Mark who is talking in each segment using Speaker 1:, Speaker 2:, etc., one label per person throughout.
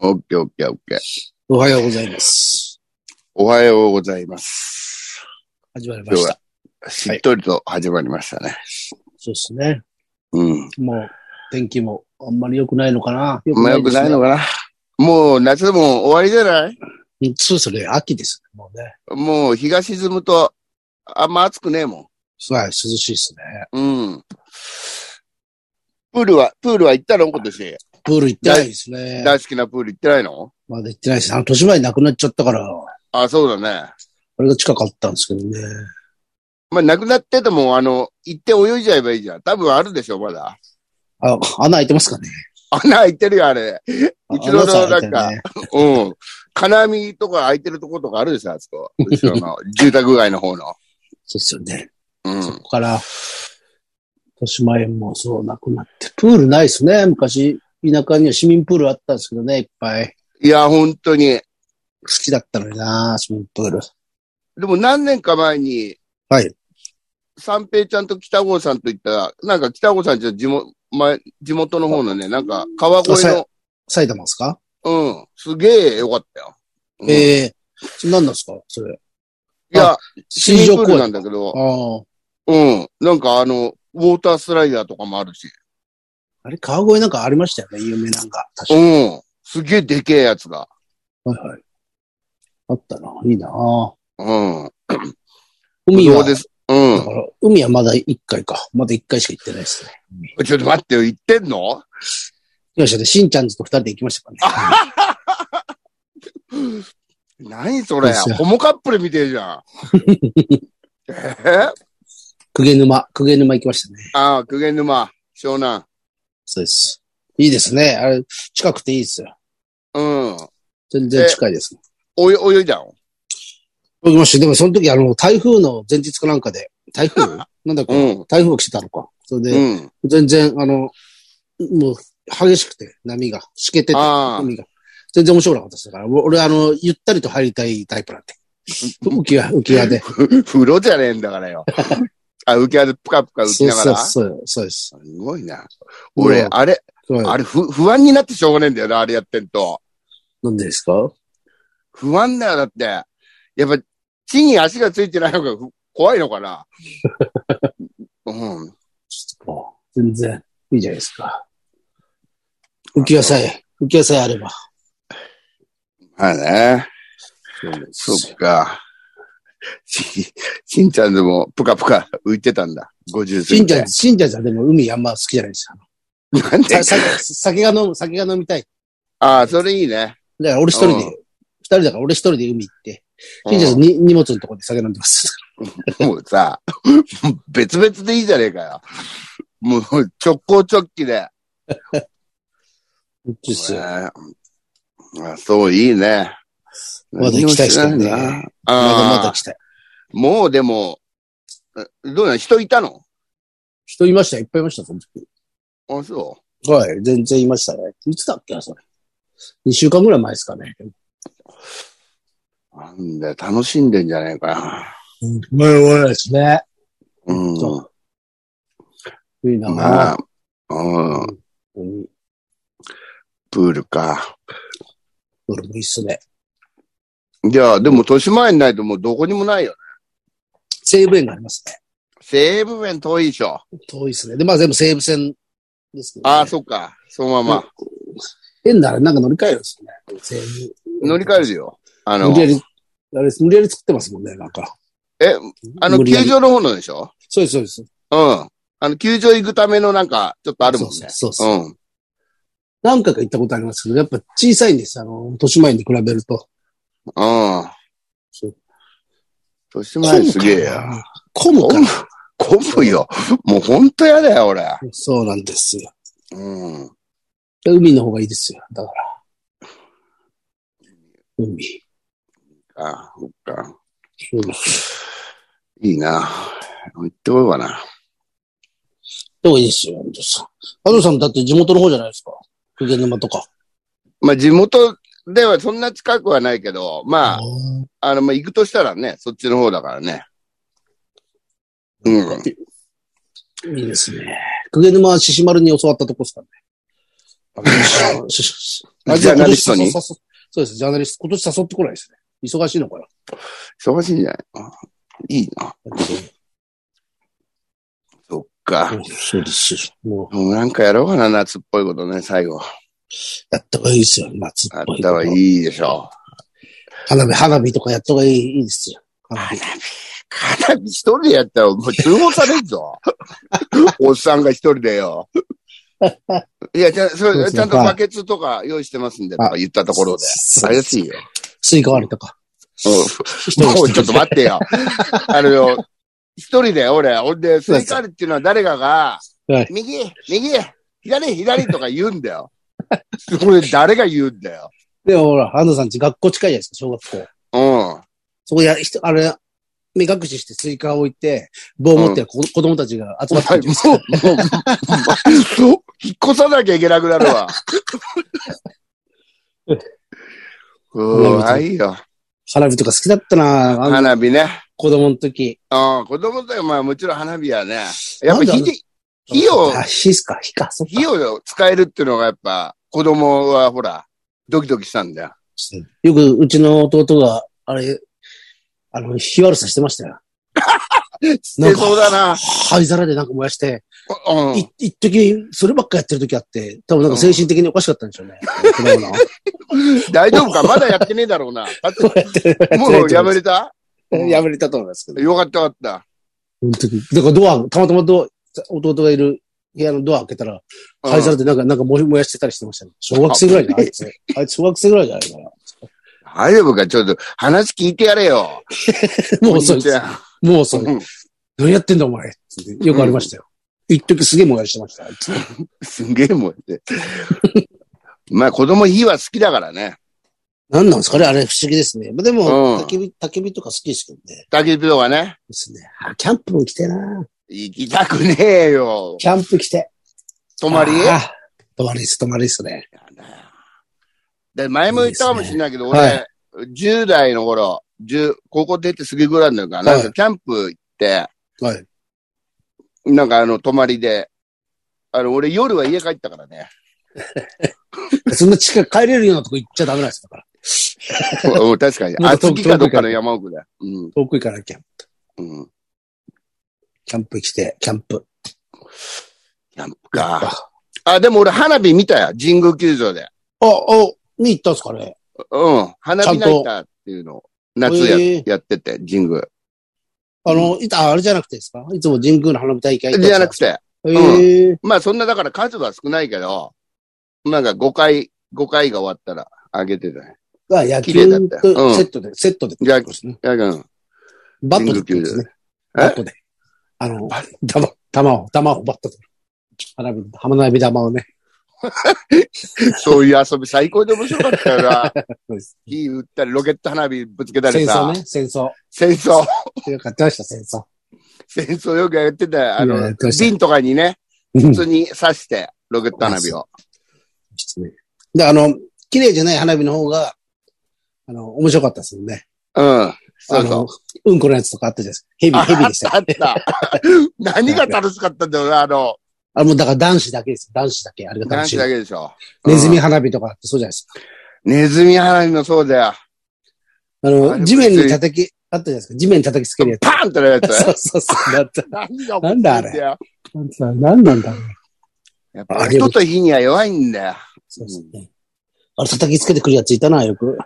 Speaker 1: オッケーオッケーオッケー。
Speaker 2: おはようございます。
Speaker 1: おはようございます。
Speaker 2: 始まりま
Speaker 1: 今日
Speaker 2: した
Speaker 1: は。しっとりと始まりましたね。
Speaker 2: そうですね。
Speaker 1: うん。
Speaker 2: もう、天気もあんまり良くないのかな。良
Speaker 1: あんま良くないのかな。もう夏も終わりじゃない
Speaker 2: うんそうですね。秋ですね。もうね。
Speaker 1: もう日が沈むと、あんま暑くねえも
Speaker 2: はい、涼しいですね。
Speaker 1: ん。うん。プールは、プールは行ったの今年。
Speaker 2: プール行ってないですね。
Speaker 1: 大好きなプール行ってないの
Speaker 2: まだ行ってないです。あの、年前に亡くなっちゃったから、
Speaker 1: あ、そうだね。
Speaker 2: あれが近かったんですけどね。
Speaker 1: まあ、なくなってても、あの、行って泳いじゃえばいいじゃん。多分あるでしょ、まだ。
Speaker 2: あ、穴開いてますかね。
Speaker 1: 穴開いてるよ、あれ。うちのな
Speaker 2: 穴開い
Speaker 1: ん
Speaker 2: て
Speaker 1: か
Speaker 2: る、ね
Speaker 1: うん。金網とか空いてるとことかあるでしょ、あそこ。後ろの、住宅街の方の。
Speaker 2: そうですよね。
Speaker 1: う
Speaker 2: そ
Speaker 1: ん。
Speaker 2: こから、年前もそうなくなって。プールないですね。昔、田舎には市民プールあったんですけどね、いっぱい。
Speaker 1: いや、本当に。
Speaker 2: 好きだったのにな市民プール。
Speaker 1: でも何年か前に、
Speaker 2: はい。
Speaker 1: 三平ちゃんと北郷さんといったら、なんか北郷さんちの地元、前、地元の方のね、なんか川越の、
Speaker 2: 埼玉ですか、
Speaker 1: うん。すげえ良かったよ。うんい
Speaker 2: ええそ何なんですかそれ。
Speaker 1: や、市民プールな
Speaker 2: 園
Speaker 1: んだけど、
Speaker 2: ああ。
Speaker 1: うん。なんかあの、ウォータースライダーとかもあるし。
Speaker 2: あれ、川越なんかありましたよね、有名なんか。確か
Speaker 1: うん。すげえでけえやつが。
Speaker 2: はいはい。あったな。いいな
Speaker 1: うん。
Speaker 2: 海
Speaker 1: ど
Speaker 2: は
Speaker 1: う、です。うん
Speaker 2: だ。から、海はまだ一回か。まだ一回しか行ってないですね。
Speaker 1: ちょっと待ってよ、言ってんの
Speaker 2: 行きましたね。しんちゃんずと二人で行きましたからね。
Speaker 1: 何それ
Speaker 2: そうっすよ
Speaker 1: ホモカップルみてえじ ゃん。えー、
Speaker 2: くげ沼、くげ沼行きましたね。
Speaker 1: ああ、久毛沼、湘南。
Speaker 2: そうです。いいですね。あれ、近くていいですよ。
Speaker 1: うん。
Speaker 2: 全然近いです。
Speaker 1: おい、泳いだの
Speaker 2: 行きました。でもその時、あの、台風の前日かなんかで、台風 なんだっけ、
Speaker 1: うん
Speaker 2: 台風が来てたのか。それで、
Speaker 1: うん。
Speaker 2: 全然、あの、もう、激しくて、波が、しけてて、
Speaker 1: ああ
Speaker 2: 海が。全然面白くなかったですから、お俺、あの、ゆったりと入りたいタイプなんで。浮き輪、浮き輪で。
Speaker 1: ふ風呂じゃねえんだから よ。あ、浮き輪でプカプカ浮き
Speaker 2: そう
Speaker 1: なが
Speaker 2: そう
Speaker 1: ら。す
Speaker 2: そう、そうです。
Speaker 1: ごいな。俺、
Speaker 2: もう
Speaker 1: あれ、
Speaker 2: そう
Speaker 1: あれ、ふ、不安になってしょうがねえんだよな、あれやってんと。
Speaker 2: なんでですか
Speaker 1: 不安だよ、だって。やっぱ、地に足がついてないのがふ怖いのか な。うん。
Speaker 2: ちょっともう、全然、いいじゃないですか。浮き輪さえ、浮き輪さえあれば。
Speaker 1: まあね。
Speaker 2: そうなんです
Speaker 1: そっか。し、しんちゃんでもぷかぷか浮いてたんだ。50過
Speaker 2: し
Speaker 1: ぎ
Speaker 2: んちゃ
Speaker 1: て
Speaker 2: ん、。しんちゃんじゃでも海あんま好きじゃないですか。
Speaker 1: なんで
Speaker 2: さ酒酒が飲む、酒が飲みたい。
Speaker 1: ああ、それいいね。
Speaker 2: だから俺一人で
Speaker 1: うん、
Speaker 2: 二人だから俺一人で海行って、
Speaker 1: う
Speaker 2: しんちゃん
Speaker 1: ん
Speaker 2: に荷物のところで酒飲んでます。
Speaker 1: もうさ、別々でいいじゃねえかよ。もう直行直帰で。
Speaker 2: そうですよ
Speaker 1: ねあそう、いいね。
Speaker 2: まだ行きたいっすけ
Speaker 1: 何をしな
Speaker 2: どね
Speaker 1: いんだ
Speaker 2: まだ
Speaker 1: ああ、
Speaker 2: まだ来たい。
Speaker 1: もうでも、えどうなの人いたの
Speaker 2: 人いました、いっぱいいました、その時。
Speaker 1: あ、そ
Speaker 2: はい、全然いましたね。いつだっけな、それ。2週間ぐらい前ですかね。
Speaker 1: う。なんだよ、楽しんでんじゃねえかな。
Speaker 2: うん、まあ、わですね。
Speaker 1: うん。
Speaker 2: そいいな
Speaker 1: まあ
Speaker 2: ぁ。、
Speaker 1: うん、
Speaker 2: うん。
Speaker 1: プールか。
Speaker 2: 俺もいいっすね。
Speaker 1: じゃあ、でも、豊島園ないともうどこにもないよね。
Speaker 2: 西武園がありますね。
Speaker 1: 西武園遠いでしょ。
Speaker 2: 遠いっすね。で、まあ全部西武線ですけど、ね。
Speaker 1: ああ、そっか。そのまま。
Speaker 2: 変ならなんか乗り換えるんですよね。西武。
Speaker 1: 乗り換えるよ。あの
Speaker 2: 無理、やり、あれです無理やり作ってますもんね、なんか。
Speaker 1: え、あの、
Speaker 2: 無理や
Speaker 1: 球
Speaker 2: り
Speaker 1: 場の方のでしょ
Speaker 2: そうです、そうです。
Speaker 1: うん。あの、球場行くためのなんか、ちょっとあるもん
Speaker 2: そう
Speaker 1: ね。
Speaker 2: そうそう。
Speaker 1: うん。
Speaker 2: 何回か行ったことありますけど、やっぱ小さいんですよ。あの、豊島園に比べると。
Speaker 1: うん。
Speaker 2: そう
Speaker 1: 豊島園すげえや。
Speaker 2: や。混むか
Speaker 1: 混
Speaker 2: ら
Speaker 1: む。混むよ。もうほんとやだよ、俺。
Speaker 2: そうなんですよ。
Speaker 1: うん。
Speaker 2: 海の方がいいですよ。だから。海。
Speaker 1: あ、そっか。
Speaker 2: そうです。
Speaker 1: いいな。行ってこようかな。
Speaker 2: でもいいですよ、安藤さん。安藤さんだって地元の方じゃないですか。久毛沼とか。
Speaker 1: まあ、地元ではそんな近くはないけど、まあ、
Speaker 2: ー
Speaker 1: あの、まあ、行くとしたらね、そっちの方だからね。うん。
Speaker 2: いいですね。久毛沼は獅子丸に教わったとこですからね。あのし
Speaker 1: あジャーナリストに
Speaker 2: 今年誘そうです、ジャーナリスト。今年誘ってこないですね。忙しいのかな。
Speaker 1: 忙しいんじゃないあいいな。そっか。
Speaker 2: そうですよ。も
Speaker 1: もうなんかやろうかな、夏っぽいことね、最後。
Speaker 2: う、やった方がいいですよ。夏っ
Speaker 1: あっ
Speaker 2: ぽい。
Speaker 1: たはい
Speaker 2: い。
Speaker 1: いでしょ
Speaker 2: 花火、花火とかやった方がいい、いいですよ。花火
Speaker 1: う。花火一人でやったら、もう通報される ぞ。おっさんが一人でよ。いや、じゃあそ
Speaker 2: そうで
Speaker 1: れ、
Speaker 2: すね
Speaker 1: ちゃんとバケツとか用意してますんで、とか言ったところで。
Speaker 2: そう
Speaker 1: 怪しいよ。
Speaker 2: スイカ割りとか。
Speaker 1: うん
Speaker 2: 一人
Speaker 1: もうちょっと待 ってよ。あのよ、一人で、俺、ほんで、スイカールっていうのは誰かが
Speaker 2: はい、
Speaker 1: 右、右、左、左とか言うんだよ。これ誰が言うんだよ。
Speaker 2: でもほら、安藤さんち学校近いじゃないですか、小学校。
Speaker 1: うん。
Speaker 2: そこや、ひとあれ、目隠ししてスイカを置いて、棒を持って子子供たちが集まってくるじゃないですか。
Speaker 1: そう、引っ越さなきゃいけなくなるわ。うわ、いいよ。
Speaker 2: 花火とか好きだったなあの
Speaker 1: 花火ね。
Speaker 2: 子供の時。
Speaker 1: うん、子供だよ、まあもちろん花火やね。やっぱ
Speaker 2: な
Speaker 1: 火
Speaker 2: んだろう
Speaker 1: で、火を
Speaker 2: あ、火っすか、火か、そっか。
Speaker 1: 火を使えるっていうのがやっぱ、子供はほら、ドキドキしたんだよ。
Speaker 2: よく、うちの弟が、あれ、あの、火悪さしてました よ。
Speaker 1: 捨てそうだな。
Speaker 2: 灰皿でなんか燃やして、
Speaker 1: うん。
Speaker 2: い、一時、そればっかやってる時あって、多分なんか精神的におかしかったんでしょうね。子供の
Speaker 1: 大丈夫かまだやってねえだろうな。だっ
Speaker 2: やってやって
Speaker 1: て、
Speaker 2: ない と
Speaker 1: も
Speaker 2: 思いうます
Speaker 1: や めれた
Speaker 2: やめれたと思いますけど。
Speaker 1: よかったよかった。
Speaker 2: 本当に。だからドア、たまたまドア、弟がいる部屋のドア開けたら、
Speaker 1: うん
Speaker 2: 灰皿でなんか、なんか燃や燃やしてたりしてましたね。小学生ぐらいじゃん、あいつ。あいつ小学生ぐらいじゃないか
Speaker 1: 大丈夫かちょっと話聞いてやれよ。
Speaker 2: な。もう遅いです。もう遅い。
Speaker 1: うん
Speaker 2: 何やってんだお前。ってよくありましたよ。一時すげえ燃やしてました。あいつ
Speaker 1: すんげえもんって。まあ子供火は好きだからね。
Speaker 2: 何なんですかねあれ不思議ですね。まあ、で
Speaker 1: うん
Speaker 2: も、焚き火、焚き火とか好きですけどね。
Speaker 1: 焚き火とかね。
Speaker 2: ですね。あキャンプも行きてえな
Speaker 1: 行きたくねえよ。
Speaker 2: キャンプ来て。
Speaker 1: 泊まり
Speaker 2: ああ泊まりです、泊まりですね。
Speaker 1: で前も言ったかもしれないけど、
Speaker 2: いいです
Speaker 1: 俺、10代の頃、10高校出てすぐぐらいになるから、なんかキャンプ行って、
Speaker 2: はい。
Speaker 1: なんかあの、泊まりで、あの、俺夜は家帰ったからね。
Speaker 2: そんな近く帰れるようなとこ行っちゃダメなんですよだから。
Speaker 1: うん確かに。
Speaker 2: もっと
Speaker 1: 厚
Speaker 2: 遠く
Speaker 1: 木かどっかの山奥だ。うん。
Speaker 2: 遠く行かなきゃ。
Speaker 1: うん。
Speaker 2: キャンプ来て、キャンプ。
Speaker 1: キャンプか。あ、でも俺花火見たよ。神宮球場で。
Speaker 2: あ、あ、に行ったんですかね
Speaker 1: うん。花火ナイターっていうのを夏や,、
Speaker 2: へえ
Speaker 1: やってて、神宮。
Speaker 2: あの、いた、あれじゃなくてですかいつも神宮の花火大会行った
Speaker 1: じゃなく
Speaker 2: て。
Speaker 1: て。
Speaker 2: ええ
Speaker 1: まあそんなだから数は少ないけど、なんか5回、5回が終わったらあげてたね。
Speaker 2: あ野球
Speaker 1: 綺麗だったようん
Speaker 2: とセットで、セットで。
Speaker 1: いや
Speaker 2: ですね。
Speaker 1: いやうん。
Speaker 2: バットでってことですね。
Speaker 1: え
Speaker 2: バットで。あの、玉、玉を、玉をバットで。花火、花火玉をね。
Speaker 1: そういう遊び最高で面白かったよな。
Speaker 2: そうです
Speaker 1: 火打ったり、ロケット花火ぶつけたり
Speaker 2: 戦
Speaker 1: さ
Speaker 2: 争。ね、戦争。
Speaker 1: 戦争。
Speaker 2: よかってました、戦争。
Speaker 1: 戦争よくやってたよ。あ
Speaker 2: いや
Speaker 1: の
Speaker 2: やってま、した
Speaker 1: 瓶とかにね、
Speaker 2: うん
Speaker 1: 普通に刺して、ロケット花火を。
Speaker 2: で、あの、綺麗じゃない花火の方が、あの、面白かったですよね。
Speaker 1: うん。そうそう。
Speaker 2: う。うんこのやつとかあったじゃないですか。ヘビ、ヘビでしたよ。
Speaker 1: あ った。何が楽しかったんだろうな、あの、
Speaker 2: あ、もうだから男子だけです。男子だけ。あれが楽
Speaker 1: 男
Speaker 2: しい
Speaker 1: 子だ。けでしょ。
Speaker 2: ネズミ
Speaker 1: うん。
Speaker 2: 花火とかってそうじゃないですか。
Speaker 1: ネズミ花火もそうだよ。
Speaker 2: あ
Speaker 1: あ
Speaker 2: の、
Speaker 1: れ
Speaker 2: 地面に叩き、あったじゃないですか。地面に叩きつけるや
Speaker 1: パーンってなるや
Speaker 2: つ。
Speaker 1: つ。
Speaker 2: そうそうそう。なんだ
Speaker 1: 何が
Speaker 2: なんだあれ
Speaker 1: れ。
Speaker 2: なんだなんなんだろう。
Speaker 1: やっぱ音と火には弱いんだ よ。
Speaker 2: そうですね。あれ叩きつけてくるやついたな、よく。
Speaker 1: うん。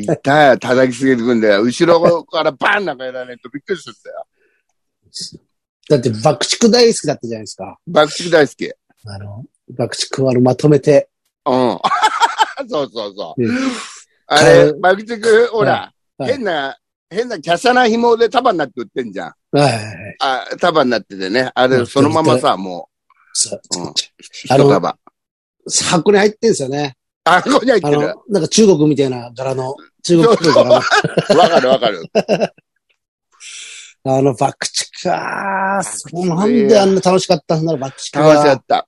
Speaker 1: いたよ、叩きすぎてくんだよ。後ろからバーンなんかやらないとびっくりするんだよ。
Speaker 2: だって爆竹大好きだったじゃないですか。
Speaker 1: 爆竹大好き。うん。
Speaker 2: あの、爆竹をあの、まとめて。
Speaker 1: そうそうそう。
Speaker 2: うん
Speaker 1: あ
Speaker 2: 買
Speaker 1: れ、
Speaker 2: う
Speaker 1: 爆竹、ほら、
Speaker 2: はいはい
Speaker 1: 変な、変なキャサな紐で束になって売ってんじゃん。
Speaker 2: はいはいはい。
Speaker 1: あ、束になっててね。あ
Speaker 2: う
Speaker 1: れ、
Speaker 2: ん
Speaker 1: そのままさ、も
Speaker 2: そう。
Speaker 1: う、うん、一
Speaker 2: あの
Speaker 1: 束。
Speaker 2: 箱に入ってんですよね。
Speaker 1: あ、ここに入っ
Speaker 2: あ
Speaker 1: て
Speaker 2: の
Speaker 1: る。、
Speaker 2: なんか中国みたいな柄の、中国っぽい柄の。
Speaker 1: わかるわか る。
Speaker 2: あの、爆竹か。そうな
Speaker 1: 爆竹
Speaker 2: んであんな楽しかったんだろう、爆竹
Speaker 1: 楽しか
Speaker 2: が。
Speaker 1: った。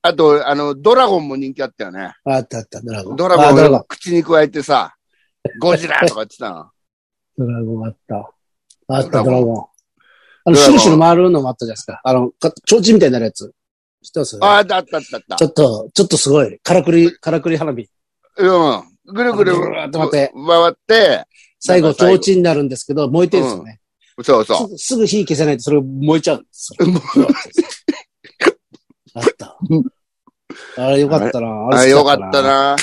Speaker 1: あと、あの、ドラゴンも人気あったよね。
Speaker 2: あったあった、ドラゴン。
Speaker 1: ドラ
Speaker 2: あドラ
Speaker 1: ゴン
Speaker 2: ゴ
Speaker 1: を口に加えてさ、ゴジラとか言って たの。
Speaker 2: ン。ドラゴンあった。あった、
Speaker 1: ド
Speaker 2: ド
Speaker 1: ラ
Speaker 2: ラ
Speaker 1: ゴ
Speaker 2: ゴン。あの、
Speaker 1: ドラゴン
Speaker 2: シュルシュル回るのもあったじゃないですか。あの、か、ちょうちんみたいになるやつ。知ってます
Speaker 1: ああ、だったあったあった
Speaker 2: ちょ。っと、ちょっとすごい。からくり、からくり花火。
Speaker 1: うん。ぐるぐる
Speaker 2: ぐるぐるっと回って
Speaker 1: 回って、
Speaker 2: 最後、
Speaker 1: なんか最後
Speaker 2: 提灯になるんですけど、燃えてるんですよね。
Speaker 1: そうそ
Speaker 2: すぐすぐ火消せないとそれ燃えちゃうんですよ。あった。 あれよかったな。
Speaker 1: う。あ、よかった。な。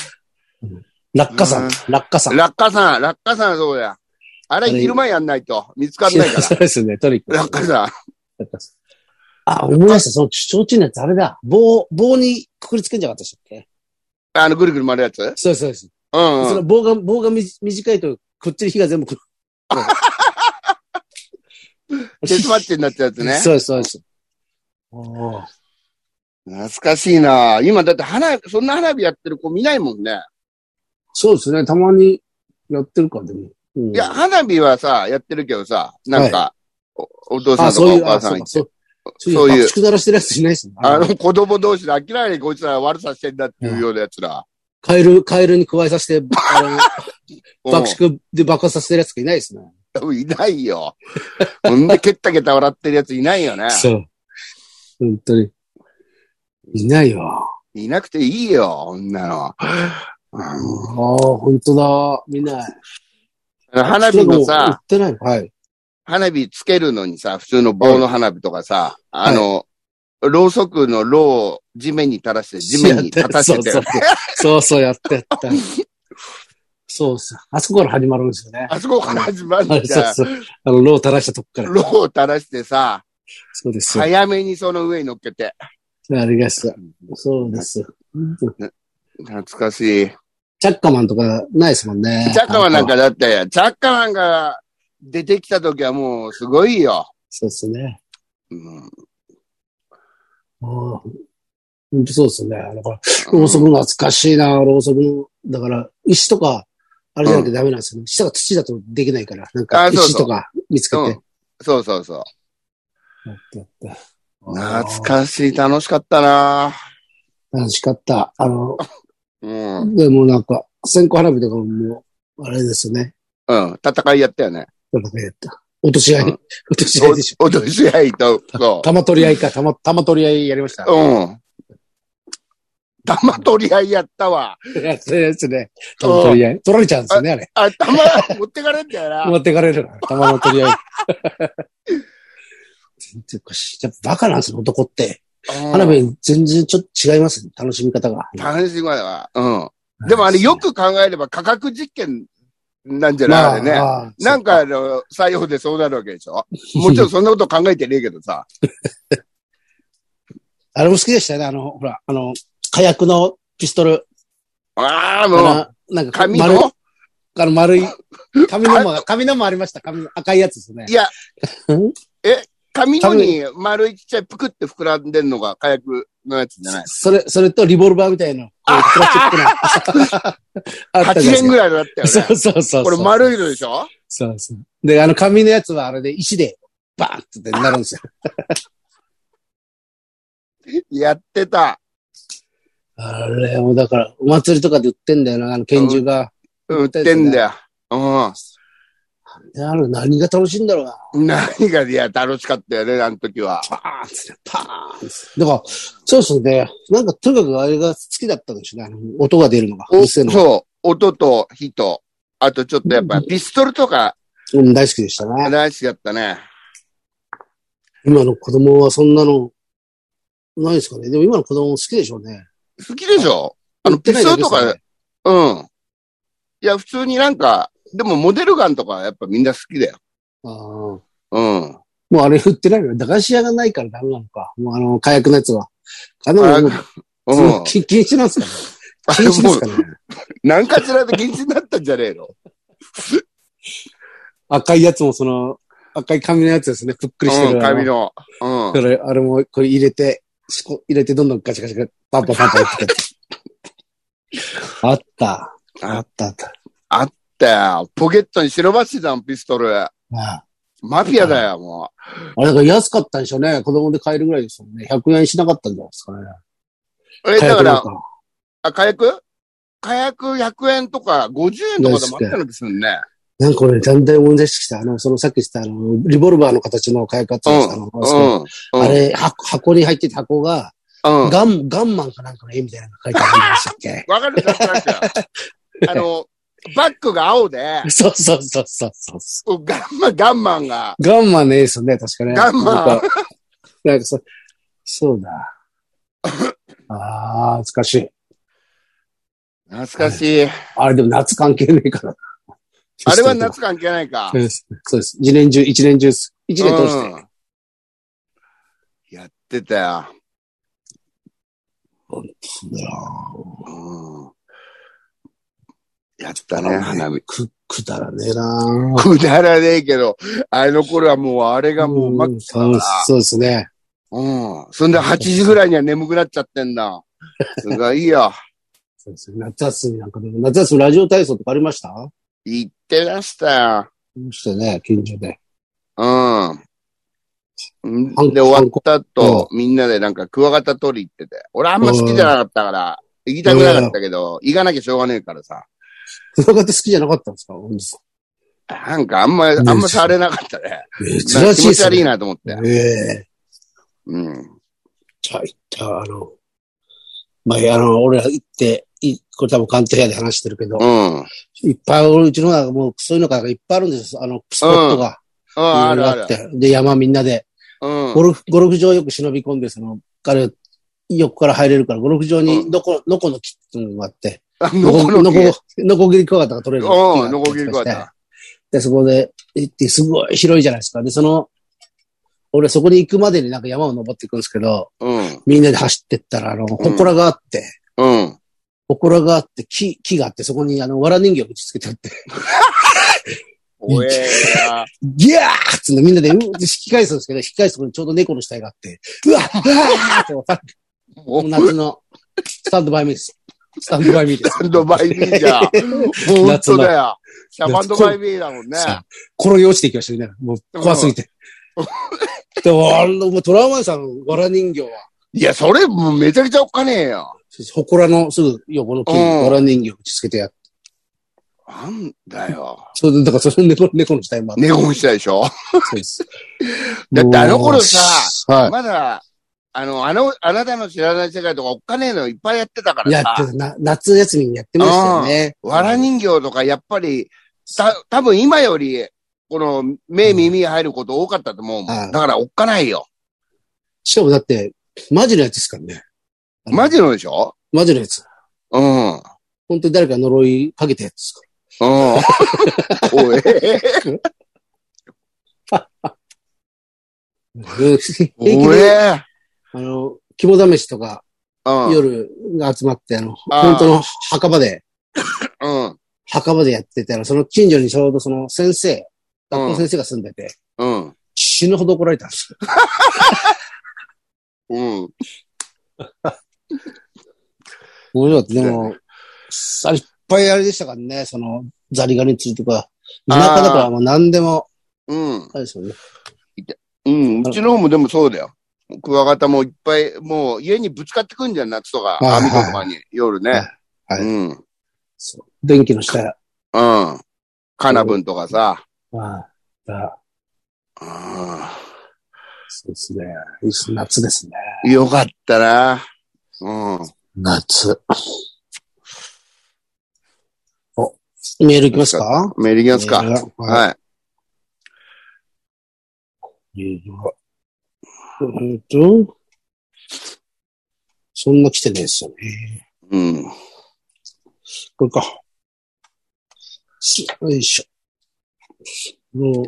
Speaker 2: 落下山、落下山。
Speaker 1: 落下山、落下山そうだ。あれ
Speaker 2: あれ
Speaker 1: 昼間やんないと見つかんないか
Speaker 2: そうですね、トリック。
Speaker 1: ら。落下山。
Speaker 2: 落下山あ、思い出した。その、提灯のやつ、あれだ。棒、棒にくくりつけんじゃなかったでしたっけ
Speaker 1: あの、ぐるぐる回るやつうん
Speaker 2: そうです、そうです。
Speaker 1: うん
Speaker 2: そ。の棒が、棒がみ短いと、こっちに火が全 部くる。
Speaker 1: テスマッチになったや つね。
Speaker 2: そうです、そうです。おー
Speaker 1: 懐かしいな今だって花、そんな花火やってる子見ないもんね。
Speaker 2: そうですね、たまにやってるか、でも。うん
Speaker 1: いや、、花火はさ、やってるけどさ、なんか、おお父さ
Speaker 2: あ、
Speaker 1: ん
Speaker 2: そう
Speaker 1: と
Speaker 2: いう、
Speaker 1: かお母
Speaker 2: あ、
Speaker 1: さ
Speaker 2: そ
Speaker 1: ん
Speaker 2: うか
Speaker 1: 行っ
Speaker 2: そ
Speaker 1: て。
Speaker 2: う。そ
Speaker 1: そううい
Speaker 2: い。
Speaker 1: うう
Speaker 2: 爆竹だらしてるやつじゃないですね。
Speaker 1: あの子供同士で明らかにこいつら悪さしてんだっていうようなやつら。
Speaker 2: カエル、カエルに加えさ せて、あの、
Speaker 1: うん
Speaker 2: 爆竹で爆発させてるやつがいないですね。
Speaker 1: 多分いないよ。 ほんで、けったけた笑ってるやついないよね。
Speaker 2: そう。本当に。いないよ。
Speaker 1: いなくていいよ、女の。うん
Speaker 2: ああ、本当だ。見ない。
Speaker 1: 花火の
Speaker 2: 売
Speaker 1: さ、
Speaker 2: ってない。はい。
Speaker 1: 花火つけるのにさ、普通の棒の花火とかさ、あの、ろうそくのろうを地面に垂らして、地面に立たせて
Speaker 2: そうそうそうそう、やってやった。そうそう。あそこから始まるんですよね。
Speaker 1: あそこから始まる
Speaker 2: あれ
Speaker 1: じゃ
Speaker 2: そ
Speaker 1: ん
Speaker 2: う。そう。あの、ロー垂らしたとこから。
Speaker 1: ろうを垂らしてさ、
Speaker 2: そうです。はい。
Speaker 1: 早めにその上に乗っけて。
Speaker 2: ありがとう。そうです。
Speaker 1: 懐かしい。
Speaker 2: チャッカマンとかないですもんね。
Speaker 1: チャッカマンなん。かだって、チャッカマンが出てきた時はもうすごいよ。
Speaker 2: そうですね。
Speaker 1: うん
Speaker 2: ああ。本当そうですね。だから、ろうそく懐かしいな、ろうそくの。だから、石とか、あれじゃなきゃダメなんですよね。下が土だとできないから。なんか、
Speaker 1: あそうそう
Speaker 2: 石とか見つけて。
Speaker 1: そうそうそう。
Speaker 2: やったやった
Speaker 1: 懐かしい、楽しかったな
Speaker 2: 楽しかった。あの、
Speaker 1: うん。
Speaker 2: でもなんか、線香花火とかももう、あれですよね。
Speaker 1: うん。戦いやったよね。
Speaker 2: なんかやった。落とし合い、
Speaker 1: うん
Speaker 2: 落とし合いでし
Speaker 1: お落とし合いと、そ
Speaker 2: ょ。玉取り合いか、玉、玉取り合いやりました
Speaker 1: う。。うん。玉取り合いやったわ。
Speaker 2: やつですね。玉取り合い。取られちゃうんですよね、あれ。
Speaker 1: あ、玉、持ってかれんだよな。
Speaker 2: 持ってかれるから、玉の取り合い。全然おかしい。やっぱバカなんですよ、男って。 花
Speaker 1: うん
Speaker 2: 火、全然ちょっと違いますね、楽しみ方が。
Speaker 1: 楽しみだわ。うん。でもあれよく考えれば科学実験なんじゃない、
Speaker 2: ま
Speaker 1: あ
Speaker 2: あ
Speaker 1: れね。
Speaker 2: あ
Speaker 1: なんか、あの、採用でそうなるわけでし ょもちろんそんなこと考えてねえけどさ。
Speaker 2: あれも好きでしたね、あの、ほら、あの、火薬のピストル。
Speaker 1: ああ、
Speaker 2: あ
Speaker 1: もう、
Speaker 2: のなんか、
Speaker 1: 紙
Speaker 2: 丸い
Speaker 1: の
Speaker 2: あの丸い、紙 のも、紙のもありました。紙の赤いやつですね
Speaker 1: い。や、え、紙のに丸いちっちゃいぷくって膨らんでんのが火薬のやつじゃない
Speaker 2: それ、それとリボルバーみたいな、こうプラスチックな。 あった
Speaker 1: ?8
Speaker 2: じゃないで
Speaker 1: 年
Speaker 2: すか
Speaker 1: ぐらいだったよね
Speaker 2: そ。うそうそう。
Speaker 1: これ丸いのでしょ
Speaker 2: そうそう。で、あの紙のやつはあれで石で、バーンってなるんですよ。
Speaker 1: やってた。
Speaker 2: あれ、もうだから、お祭りとかで売ってんだよな、あの拳銃が。
Speaker 1: 売ってんだよ。う
Speaker 2: であれ、何が楽しいんだろうな。
Speaker 1: ん。何が、いや、楽しかったよね、あの時は。
Speaker 2: パーンって、パーンって。だから、そうですね。なんか、とにかくあれが好きだったんですよね。あの音が出るのが。う
Speaker 1: お
Speaker 2: るせえのが
Speaker 1: そう。音と火と、あとちょっとやっぱピストルとか
Speaker 2: うん、大好きでしたね。
Speaker 1: 大好きだったね。
Speaker 2: 今の子供はそんなの、ないですかね。でも今の子供も好きでしょうね。
Speaker 1: 好きでしょあの、
Speaker 2: 売って
Speaker 1: ピ
Speaker 2: ない
Speaker 1: ス
Speaker 2: だ
Speaker 1: ト
Speaker 2: け
Speaker 1: ルと
Speaker 2: ですよね
Speaker 1: か、うん。いや、普通になんか、でもモデルガンとかはやっぱみんな好きだよ。
Speaker 2: ああ。
Speaker 1: うん。
Speaker 2: もうあれ売ってないよ。駄菓子屋がないからダメなのか。もうあの、火薬のやつは。あの、
Speaker 1: あ
Speaker 2: もう
Speaker 1: う
Speaker 2: その
Speaker 1: ん。
Speaker 2: 禁禁止なんですかね。
Speaker 1: あ
Speaker 2: 禁
Speaker 1: れ
Speaker 2: 止で
Speaker 1: も
Speaker 2: す
Speaker 1: う
Speaker 2: かね。
Speaker 1: 何かしらで禁止になったんじゃねえの
Speaker 2: 赤いやつもその、赤い紙のやつですね。ぷっくりして
Speaker 1: う
Speaker 2: る。
Speaker 1: ん、髪の。うん
Speaker 2: あ。の。これ、あれも、これ入れて、しこ入れてどんどんガチャガチャガチャ、パンパンパンパンってやつ。 あった。あったあった。
Speaker 1: って、ポケットに忍ばしてたん、ピストル。
Speaker 2: あ
Speaker 1: マフィアだよ、も
Speaker 2: あれだから安かったんでしょうね。子供で買えるぐらいですもんね。100円しなかったんじゃないですかね。
Speaker 1: う。え、だか
Speaker 2: 火薬なん
Speaker 1: ら、あ、火薬火薬100円とか50円とかでもあったのですよね。
Speaker 2: なんか俺、だんだん思い出してきた。あの、そのさっきした、あの、リボルバーの形の火薬あった
Speaker 1: うん
Speaker 2: ですあの、
Speaker 1: ん。うん。
Speaker 2: あれ、箱箱に入ってて箱が、
Speaker 1: うん。
Speaker 2: ガン、ガンマンかなんかの絵みたいなのが書いてあるんでしたっけ
Speaker 1: わかるなんとなく。あの、バックが青で、
Speaker 2: そうそうそうそうそう。
Speaker 1: ガンマ、ガンマンが、
Speaker 2: ガンマンの絵ですよね、確かね。
Speaker 1: ガンマン
Speaker 2: なんか、なんかそそ うだ。ああ、懐かしい。
Speaker 1: 懐かしい。
Speaker 2: あれでも夏関係ねえから。
Speaker 1: あれは夏関係ないか。
Speaker 2: うんそうです。一年中、一年中っす、一年通して。
Speaker 1: うんやってたよ。うんやったね、花火。
Speaker 2: く、くだらねえな
Speaker 1: くだらねえけど、あれの頃はもうあれがもううまく、
Speaker 2: んそうそうですね。
Speaker 1: うん。そんで8時ぐらいには眠くなっちゃってん な。すごいよ。
Speaker 2: そうですね夏休みなんかでも、夏休みラジオ体操とかありましたあ
Speaker 1: 行ってらした
Speaker 2: りましたね、近所で。
Speaker 1: よ。うん。んで、終わった後、みんなでなんかクワガタ取り行ってて。俺あんま好きじゃなかったから、行きたくなかったけど、行かなきゃしょうがねえからさ。
Speaker 2: クワガタ好きじゃなかったんですか本日
Speaker 1: なんかあんま、あんま触れなかったね。なん
Speaker 2: 珍
Speaker 1: か
Speaker 2: し
Speaker 1: 気持
Speaker 2: いで
Speaker 1: ち
Speaker 2: す
Speaker 1: 悪い
Speaker 2: ね。
Speaker 1: なと思って。
Speaker 2: ええ
Speaker 1: うん。
Speaker 2: じゃあ、行った、あの、まあ、あの、俺ら行って、いこれ多分関東屋で話してるけど、
Speaker 1: うん。うん、
Speaker 2: いっぱい、俺うちのがもうそういうのがいっぱいあるんですあの、スポットが。
Speaker 1: あるあ
Speaker 2: っ
Speaker 1: る。
Speaker 2: て。で、山みんなで。
Speaker 1: うん。
Speaker 2: ゴルフ、ゴルフ場よく忍び込んで、その、彼、横から入れるから、ゴルフ場
Speaker 1: う
Speaker 2: に
Speaker 1: ん
Speaker 2: ノコ、ノコの木っていうのがあって、
Speaker 1: あ
Speaker 2: ノコ、ノ
Speaker 1: 木
Speaker 2: コ、ノコギリクワガタが取れる。
Speaker 1: うん、ノコギリクワガタ。
Speaker 2: で、そこで行って、すごい広いじゃないですか。で、その、俺そこに行くまでになんか山を登っていくんですけど、
Speaker 1: うん。
Speaker 2: みんなで走ってったら、あの、祠があって、
Speaker 1: うん。
Speaker 2: 祠があって、木、木があって、そこにあの、藁人形を打ち付けてあって、
Speaker 1: おえや。
Speaker 2: ギャーっつってみんなで、うーって引き返すんですけど、引き返すところにちょうど猫の死体があって、うわっ、うわーって
Speaker 1: もう、
Speaker 2: 夏のスタンドバイミーです。スタンドバイミーです。
Speaker 1: サンドバイビーじゃん。本当だよ。シャバンドバイビーだもんね。
Speaker 2: さあ転げ落ちていきましたよね。もう怖すぎて。でも、あの、もうトラウマンさんのわら人形は、
Speaker 1: いや、それ、もうめちゃくちゃおっかねえよ。
Speaker 2: ほこらのすぐ横の木に
Speaker 1: うん
Speaker 2: わら人形を打ち付けてやって、
Speaker 1: なんだよ。
Speaker 2: それで、だからその猫の猫の死体もあって。
Speaker 1: 寝込みしたでしょ
Speaker 2: そうです。
Speaker 1: だってあの頃さ
Speaker 2: もう、は
Speaker 1: まだ、あの、あの、あなたの知らない世界とかおっかねえのいっぱいやってたか
Speaker 2: い。や
Speaker 1: ら
Speaker 2: っ
Speaker 1: さ。
Speaker 2: てたな、夏休みにやってましたよね。
Speaker 1: わら人形とかやっぱり、た、多分今より、この、目、耳入ること多かったと思うもん。
Speaker 2: うん
Speaker 1: だからおっかないよ。
Speaker 2: しかもだって、マジのやつですからね。
Speaker 1: マジのでしょ
Speaker 2: マジのやつ。
Speaker 1: うん。う ん。
Speaker 2: 本当に誰か呪いかけたやつですか
Speaker 1: おえ
Speaker 2: ら。で平
Speaker 1: お
Speaker 2: 気で、
Speaker 1: え
Speaker 2: あの、肝試しとか、
Speaker 1: うん。
Speaker 2: 夜集まって、あの、
Speaker 1: あー
Speaker 2: 本当の墓場で、
Speaker 1: うん。
Speaker 2: 墓場でやってたら、その近所にちょうどその先生、学校の先生が住んでて、
Speaker 1: うん。
Speaker 2: 死ぬほど怒られたんですよ。
Speaker 1: うん。
Speaker 2: 面白かった。でも、あれいっぱいあれでしたからね、その、ザリガニ釣りとか、田舎だからもう何でも、
Speaker 1: うん。
Speaker 2: あれですよね。
Speaker 1: うん。うちの方もでもそうだよ。クワガタもいっぱい、もう家にぶつかってくんじゃん、夏とか、
Speaker 2: はい
Speaker 1: 網戸とかに、夜ね。
Speaker 2: はい
Speaker 1: うん。うん。
Speaker 2: そう電気の下や。
Speaker 1: カナブンとかさ。
Speaker 2: ああ、
Speaker 1: う
Speaker 2: そうですね。いいっす夏ですね。
Speaker 1: ん。よかったな。うん。
Speaker 2: 夏。お、メールいきますか
Speaker 1: メリギャンス
Speaker 2: メ
Speaker 1: か。
Speaker 2: ールはい
Speaker 1: はい。
Speaker 2: うんと、そんな来てないですよね。
Speaker 1: うん。
Speaker 2: これか。しよいしょ。もう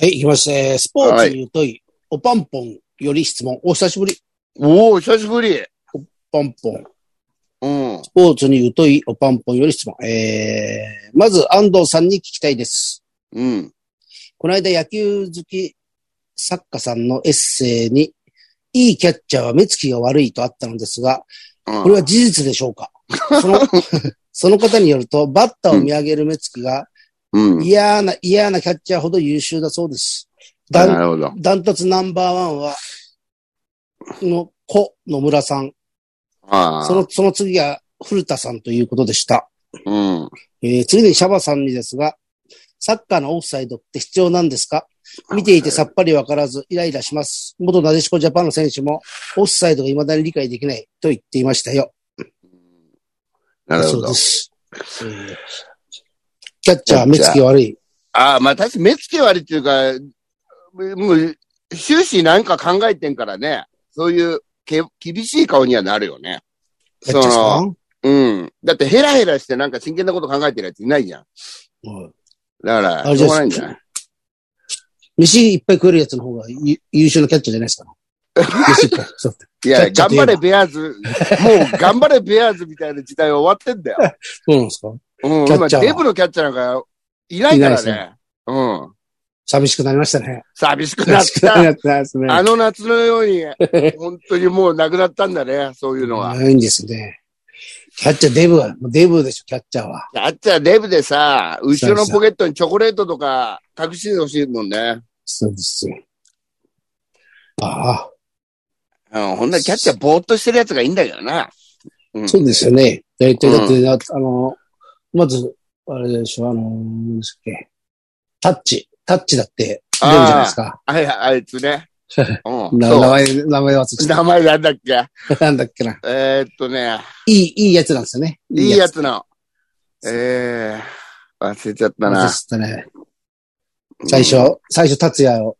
Speaker 2: はい、行きました。えースポーツに疎い、おパンポンより質問。お久しぶり、
Speaker 1: おお久しぶり。
Speaker 2: パンポン。
Speaker 1: うん。
Speaker 2: スポーツに疎い、おパンポンより質問。えー、まず安藤さんに聞きたいです。
Speaker 1: うん。
Speaker 2: この間野球好き作家さんのエッセイに、いいキャッチャーは目つきが悪いとあったのですが、
Speaker 1: うん
Speaker 2: これは事実でしょうかそ のその方によると、バッターを見上げる目つきが
Speaker 1: うん。
Speaker 2: 嫌な、嫌なキャッチャーほど優秀だそうです。ダ
Speaker 1: な
Speaker 2: ン
Speaker 1: るほど。
Speaker 2: ダントツナンバーワンは、の子、野村さん。
Speaker 1: ああ。
Speaker 2: その、その次が古田さんということでした。
Speaker 1: うん。
Speaker 2: えー次にシャバさんにですが、サッカーのオフサイドって必要なんですか見ていてさっぱりわからず、イライラします。元なでしこジャパンの選手も、オフサイドが未だに理解できないと言っていましたよ。
Speaker 1: なるほ
Speaker 2: そう
Speaker 1: ど
Speaker 2: で。す。うんキャッチャー、目つき悪い。
Speaker 1: ああ、まあ確かに目つけ割りっていうか、もう、終始なんか考えてんからね、そういうけ厳しい顔にはなるよね。
Speaker 2: キャッチャーさ
Speaker 1: そ
Speaker 2: ん
Speaker 1: の、うん。だってヘラヘラしてなんか真剣なこと考えてるやついないじゃん。
Speaker 2: うん
Speaker 1: だから、
Speaker 2: あれ
Speaker 1: し
Speaker 2: じ
Speaker 1: ょ
Speaker 2: ゃ
Speaker 1: うが
Speaker 2: な
Speaker 1: ない
Speaker 2: い
Speaker 1: ん
Speaker 2: です
Speaker 1: じゃ
Speaker 2: か
Speaker 1: ない
Speaker 2: 飯いっぱい食えるやつの方がゆ優秀なキャッチャーじゃないですか。 飯いっぱい。そう
Speaker 1: いや、
Speaker 2: キャ
Speaker 1: 頑
Speaker 2: ッ
Speaker 1: 張
Speaker 2: チャーといえば
Speaker 1: れベアーズ、もう頑張れベアーズみたいな時代は終わってんだよ。
Speaker 2: そうなんですか
Speaker 1: うん、
Speaker 2: キャッ
Speaker 1: 今
Speaker 2: チャーは
Speaker 1: デブのキャッチャーなんかいないから
Speaker 2: いない
Speaker 1: ね。うん。
Speaker 2: 寂しくなりましたね。
Speaker 1: 寂しくなっ
Speaker 2: 寂しくな
Speaker 1: た。
Speaker 2: りましたですね。
Speaker 1: あの夏のように、本当にもうなくなったんだね、そういうのは。
Speaker 2: ないんですね。キャッチャー、デブは、デブでしょ、キャッチャーは。
Speaker 1: キャッチャーデブでさ、後ろのポケットにチョコレートとか隠してほしいもんね。
Speaker 2: そうですよ。ああ、
Speaker 1: うん、ほんならキャッチャーぼーっとしてるやつがいいんだけどな。うん。
Speaker 2: そうですよね。大体、
Speaker 1: うん
Speaker 2: だって、ああの、まず、あれでしょ、あの、何でしたっけ。タッチ、タッチだって、出るじゃないですか。
Speaker 1: あいあいつ ね。うん。
Speaker 2: な
Speaker 1: そ
Speaker 2: 名
Speaker 1: う。
Speaker 2: 前、名前忘れちゃっ
Speaker 1: 名前 なんだっけ
Speaker 2: た。なんだっけな。
Speaker 1: えー、っとね、
Speaker 2: いい、いいやつなんですよね。
Speaker 1: いいやつの。えー、忘れちゃった
Speaker 2: 忘れ
Speaker 1: な。
Speaker 2: ちゃったね。最初、最初、達也を、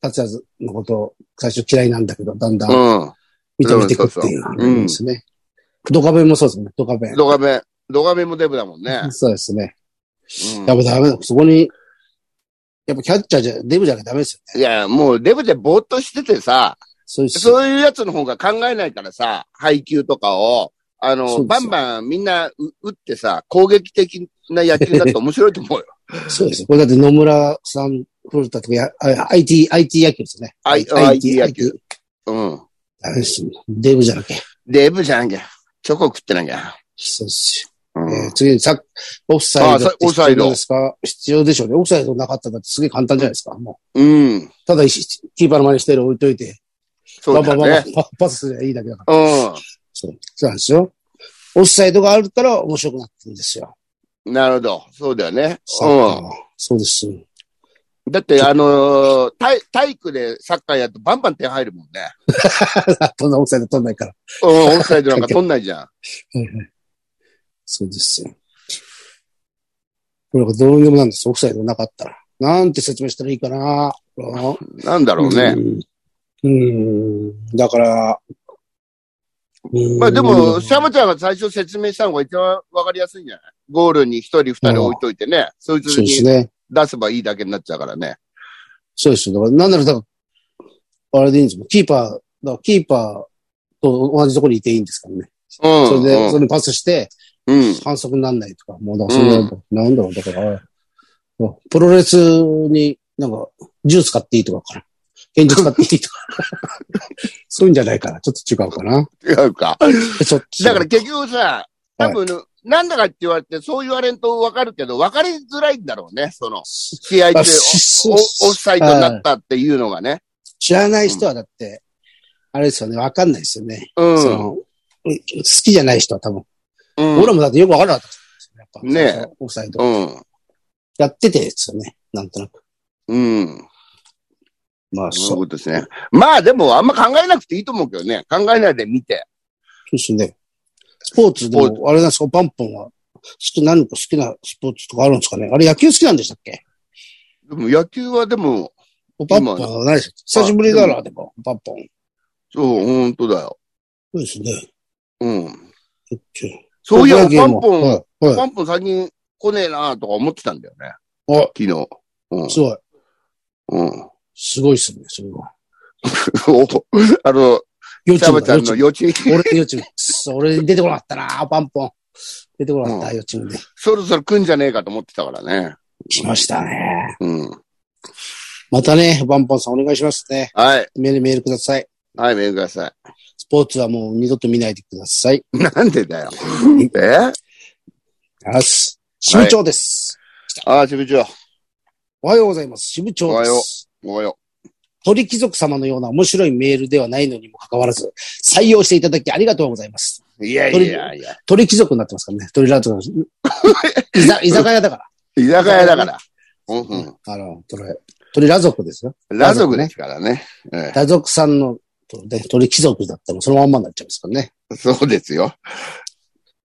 Speaker 2: 達也のことを最初嫌いなんだけど、だんだん
Speaker 1: うん。うん。
Speaker 2: 認めていくっていうのがあるんですね。ドカベンもそうですね、ドカベン。
Speaker 1: ドガメ、ドガメもデブだもんね。
Speaker 2: そうですね。
Speaker 1: うん
Speaker 2: やっぱダメだ。そこに、やっぱキャッチャーじゃ、デブじゃなきゃダメですよね。
Speaker 1: いや、もうデブでぼーっとしててさ、
Speaker 2: そういう、そう
Speaker 1: そういうやつの方が考えないからさ、配球とかを、あ
Speaker 2: そ
Speaker 1: の、
Speaker 2: うで
Speaker 1: バ
Speaker 2: す
Speaker 1: ン
Speaker 2: よ
Speaker 1: バンみんなう打ってさ、攻撃的な野球だと面白いと思うよ。
Speaker 2: そうですよ。これだって野村さん、古田とかや、あ IT、IT 野球ですね。
Speaker 1: I- IT 野球。うん。
Speaker 2: ダメですよ。デブじゃなきゃ。
Speaker 1: デブじゃなきゃ。チョコ食ってなきゃ。
Speaker 2: そうです
Speaker 1: う
Speaker 2: よ。え
Speaker 1: ん
Speaker 2: ー。次にさ、オフサイドって
Speaker 1: あさオフサイド
Speaker 2: 必要ですか必要でしょうね。オフサイドなかったらだってすげえ簡単じゃないですか。も
Speaker 1: うん。
Speaker 2: う。ただ、しキーパーの前にしてる置いといて、
Speaker 1: そう
Speaker 2: バ
Speaker 1: だ
Speaker 2: ンバンバン
Speaker 1: ね。
Speaker 2: バンパパスすればいいだけだから。
Speaker 1: う
Speaker 2: そう。そうなんですよ。オフサイドがあるから面白くなってるんですよ。
Speaker 1: ん。なるほど。そうだよね。
Speaker 2: サッカーはそうです。
Speaker 1: うん。だって、あのー体、体育でサッカーやるとバンバン点入るもんね。
Speaker 2: そんなオフサイド取んないから。
Speaker 1: うん、オフサイドなんか取んないじゃん。
Speaker 2: そうですよ。これがどうにでもなんです、オフサイドなかったら。なんて説明したらいいかな。だ
Speaker 1: なんだろうね。。
Speaker 2: うん。だから、うん
Speaker 1: まあでも、シャムちゃんが最初説明したのが一番わかりやすいんじゃないゴールに一人二人置いといてね、そいつ
Speaker 2: そうで
Speaker 1: に
Speaker 2: すね。
Speaker 1: 出せばいいだけになっちゃうからね。
Speaker 2: そうですよ。だから、なんなら、だから、あれでいいんですもんキーパー、だからキーパーと同じところにいていいんですからね。
Speaker 1: うん。
Speaker 2: それで、それにパスして、
Speaker 1: うん。
Speaker 2: 反則にならないとか、もう、だからそれは、なんだろう、だから、プロレスになんか、銃使っていいとかかな。拳銃使っていいとか。 そういうんじゃないかな。ちょっと違うかな。
Speaker 1: 違うか。
Speaker 2: ちょっと。
Speaker 1: だから、結局さ、多分、なんだかって言われて、そう言われんとわかるけど、わかりづらいんだろうね、その、試合中
Speaker 2: あ、し
Speaker 1: おおオフサイトになっ
Speaker 2: あ
Speaker 1: たっていうのがね。
Speaker 2: 知らない人はだって、あれですよね、わかんないですよね。
Speaker 1: うん
Speaker 2: その好きじゃない人は多分。
Speaker 1: うん。
Speaker 2: 俺もだってよくわからなかったですよ
Speaker 1: ねえ
Speaker 2: やっぱ。オフサイド。
Speaker 1: うん。
Speaker 2: やっててですよね。なんとなく。
Speaker 1: うん。
Speaker 2: まあ、
Speaker 1: そういう
Speaker 2: そう。
Speaker 1: ことですね。まあでも、あんま考えなくていいと思うけどね。考えないで見て。
Speaker 2: そうですね。スポーツで
Speaker 1: ス
Speaker 2: も、あれなんですか、バンポンは、好き、何か好きなスポーツとかあるんですかねあれ野球好きなんでしたっけ
Speaker 1: でも野球はでも、
Speaker 2: バンポンはないです。久しぶりだな、でも、バンポン。
Speaker 1: そう、本当だよ。
Speaker 2: そうですね。
Speaker 1: うん。
Speaker 2: そっち
Speaker 1: そうい
Speaker 2: プロ野
Speaker 1: う
Speaker 2: 球
Speaker 1: パン
Speaker 2: も
Speaker 1: ポン、
Speaker 2: はい。は
Speaker 1: パンポン最近来ねえなとか思ってたんだよね。
Speaker 2: い。
Speaker 1: 昨日。
Speaker 2: あ、すごい。
Speaker 1: うん。 うん。
Speaker 2: すごいですね、それは。
Speaker 1: あの、
Speaker 2: 幼
Speaker 1: ちゃまちゃん
Speaker 2: 部
Speaker 1: の幼稚園、
Speaker 2: 俺、幼稚園。くっそ俺出てこなかったな、パンポン。出てこなかった、
Speaker 1: う
Speaker 2: 幼稚園で。
Speaker 1: そろそろ来んじゃねえかと思ってたからね。
Speaker 2: 来ましたね。
Speaker 1: うん。
Speaker 2: またね、パンポンさんお願いしますね。
Speaker 1: はい。
Speaker 2: メール、メールください。
Speaker 1: はい、メールくださ
Speaker 2: スポーツはもう二度と見ないでください。
Speaker 1: い。なんで だよ。え
Speaker 2: よし。支部長です。
Speaker 1: ああ、支部長。
Speaker 2: おはようございます。支部長です。
Speaker 1: おはよおはよ
Speaker 2: 鳥貴族様のような面白いメールではないのにもかかわらず、採用していただきありがとうございます。
Speaker 1: う。いやいやいや。
Speaker 2: 鳥貴族になってますからね。鳥ラー ト居酒居酒屋だから。
Speaker 1: 居酒屋だから。うんうん。
Speaker 2: あの、鳥、鳥ラ族ですよ。
Speaker 1: ラ族ですからね。え
Speaker 2: ラ族さんの、で鳥貴族だったらそのまんまになっちゃいますからね。
Speaker 1: えそうですよ。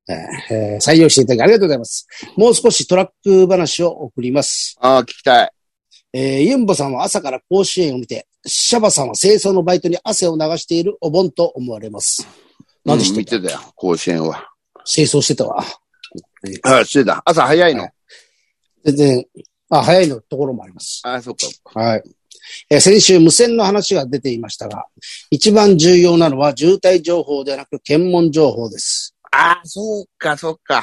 Speaker 2: えーえー採用していただきありがとうございます。もう少しトラック話を送ります。
Speaker 1: ああ、聞きたい。
Speaker 2: えーユンボさんは朝から甲子園を見て、シャバさんは清掃のバイトに汗を流しているお盆と思われます。何でし
Speaker 1: うん
Speaker 2: て
Speaker 1: 見
Speaker 2: た、
Speaker 1: てたよ、甲子園は。
Speaker 2: 清掃してたわ。
Speaker 1: ああ、してた。朝早いの。
Speaker 2: はい全然、あ、早いのところもあります。
Speaker 1: ああ、そっか。
Speaker 2: はい。えー先週無線の話が出ていましたが、一番重要なのは渋滞情報ではなく検問情報です。
Speaker 1: ああ、そうか、そっか。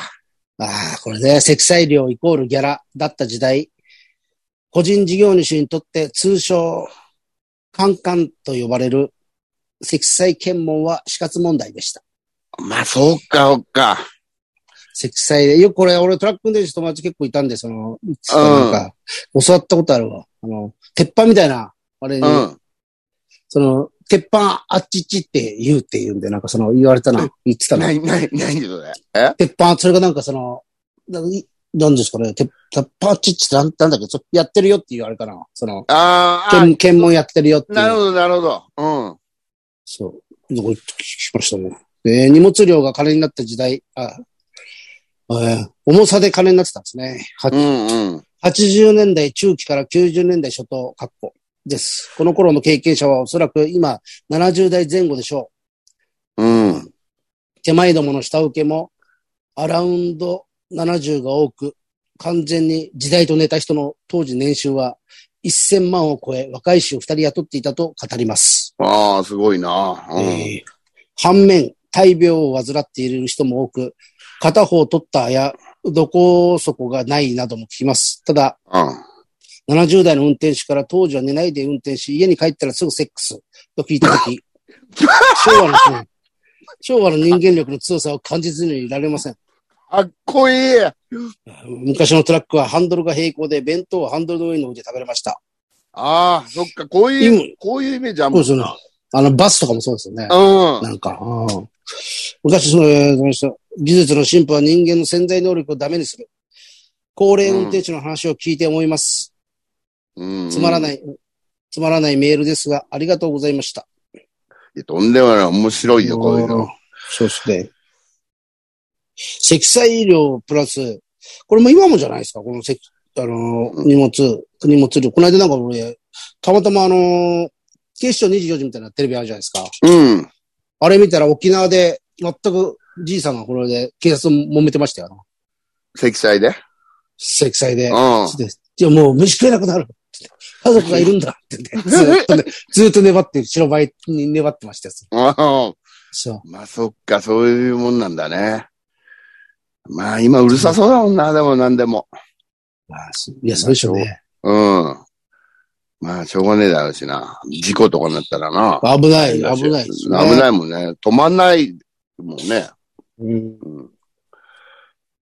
Speaker 2: ああ、これね、積載量イコールギャラだった時代、個人事業主にとって通称、カンカンと呼ばれる積載検問は死活問題でした。
Speaker 1: まあ、そうか、そっか。
Speaker 2: 積載で、よくこれ、俺トラック運転手友達結構いたんで、その、なんか、教わったことあるわ。あの、鉄板みたいな、あれ
Speaker 1: う
Speaker 2: に、
Speaker 1: ん。
Speaker 2: その、鉄板あっちっちって言うって言うんで、なんかその、言われたな、言ってたな
Speaker 1: な。い、ない、ないそれ。え
Speaker 2: 鉄板、それがなんかその、ないなんですかね、鉄鉄板あっちっちってなんなんだっけ、そやってるよっていうあれかな。その、
Speaker 1: ああ、
Speaker 2: 検検問やってるよっていう。
Speaker 1: なるほど、なるほど。
Speaker 2: そう。どこ行きましたもん。で、荷物量が金になった時代、あ、えー重さで金になってたんですね。は
Speaker 1: うん。うん、うん。
Speaker 2: 80年代中期から90年代初頭、括弧です。この頃の経験者はおそらく今70代前後でしょ
Speaker 1: うん。
Speaker 2: う。手前どもの下請けもアラウンド70が多く、完全に時代と寝た人の当時年収は1000万を超え、若い衆2人雇っていたと語ります。
Speaker 1: ああ、すごいな。うん。
Speaker 2: えー反面、大病を患っている人も多く、片方取ったや、どこそこがないなども聞きます。ただ、
Speaker 1: うん。
Speaker 2: 70代の運転手から当時は寝ないで運転し、家に帰ったらすぐセックスと聞いたとき、 昭和の人、昭和の人間力の強さを感じずにいられません。
Speaker 1: かっこいい。
Speaker 2: 昔のトラックはハンドルが平行で弁当をハンドルの上に置いて食べれました。
Speaker 1: ああ、そっか、こういう
Speaker 2: 今、
Speaker 1: こういうイメージあん
Speaker 2: そ
Speaker 1: ま
Speaker 2: うですね。あの、バスとかもそうですよね。
Speaker 1: うん。
Speaker 2: なんか、うん昔その、えーその人技術の進歩は人間の潜在能力をダメにする。高齢運転手の話を聞いて思います。
Speaker 1: うん。
Speaker 2: つまらないい、つまらないメールですが、ありがとうございました。
Speaker 1: やとんでもない。面白いよ、こういうの。
Speaker 2: そうですね。積載量プラス、これも今もじゃないですか、この積、あのー、
Speaker 1: うん
Speaker 2: 荷物、荷物量。この間なんか俺、たまたまあのー、警視庁24時みたいなテレビあるじゃないですか。
Speaker 1: うん。
Speaker 2: あれ見たら沖縄で、全くじいさんがこれで警察を揉めてましたよ。あの
Speaker 1: 積載で。
Speaker 2: 積載で
Speaker 1: う。ん。
Speaker 2: でいや、もう飯食えなくなる。家族がいるんだって ね、ずーっとね、ずーっと粘ってる、白バイに粘ってましたよ。
Speaker 1: うん
Speaker 2: そう。
Speaker 1: まあ、そっか、そういうもんなんだね。まあ、今、うるさそうだもんな、でも、なんでも。
Speaker 2: まあそういや、そうでしょうね。
Speaker 1: うん。まあ、しょうがねえだろうしな。事故とかになったらな。
Speaker 2: 危ない、危ないです
Speaker 1: 危
Speaker 2: ね。
Speaker 1: ないもんね。止まんないもんね。
Speaker 2: うん
Speaker 1: うん。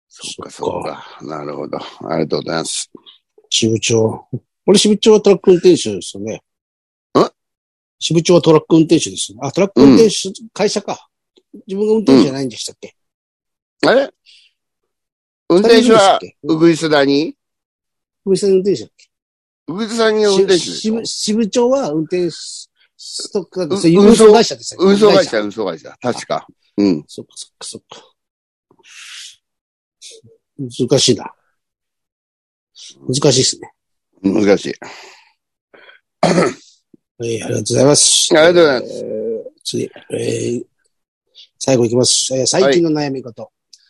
Speaker 1: そっか、そっか。なるほど。ありがとうございます。
Speaker 2: 支部長。俺、支部長はトラック運転手ですよね。
Speaker 1: ん
Speaker 2: 支部長はトラック運転手ですよ。あ、トラック運転手、会社か。自分が運転手じゃないんでしたっけ、
Speaker 1: あれ運転手は、うぐいすだに
Speaker 2: 運転手運転手だっ
Speaker 1: うぐいすさんに
Speaker 2: け
Speaker 1: 運転手で
Speaker 2: 支
Speaker 1: し
Speaker 2: 支
Speaker 1: ょ
Speaker 2: 部支部長は運転手とかで
Speaker 1: う
Speaker 2: すよ、運送会社でしたっけ
Speaker 1: 運送会社、。運送会社。確か。うん。
Speaker 2: そっかそっかそっか。難しいな。難しいですね。
Speaker 1: 難しい。
Speaker 2: はい、ありがとうございます。。
Speaker 1: ありがとうございます
Speaker 2: 次、えー、最後いきます。えー最近の悩み事。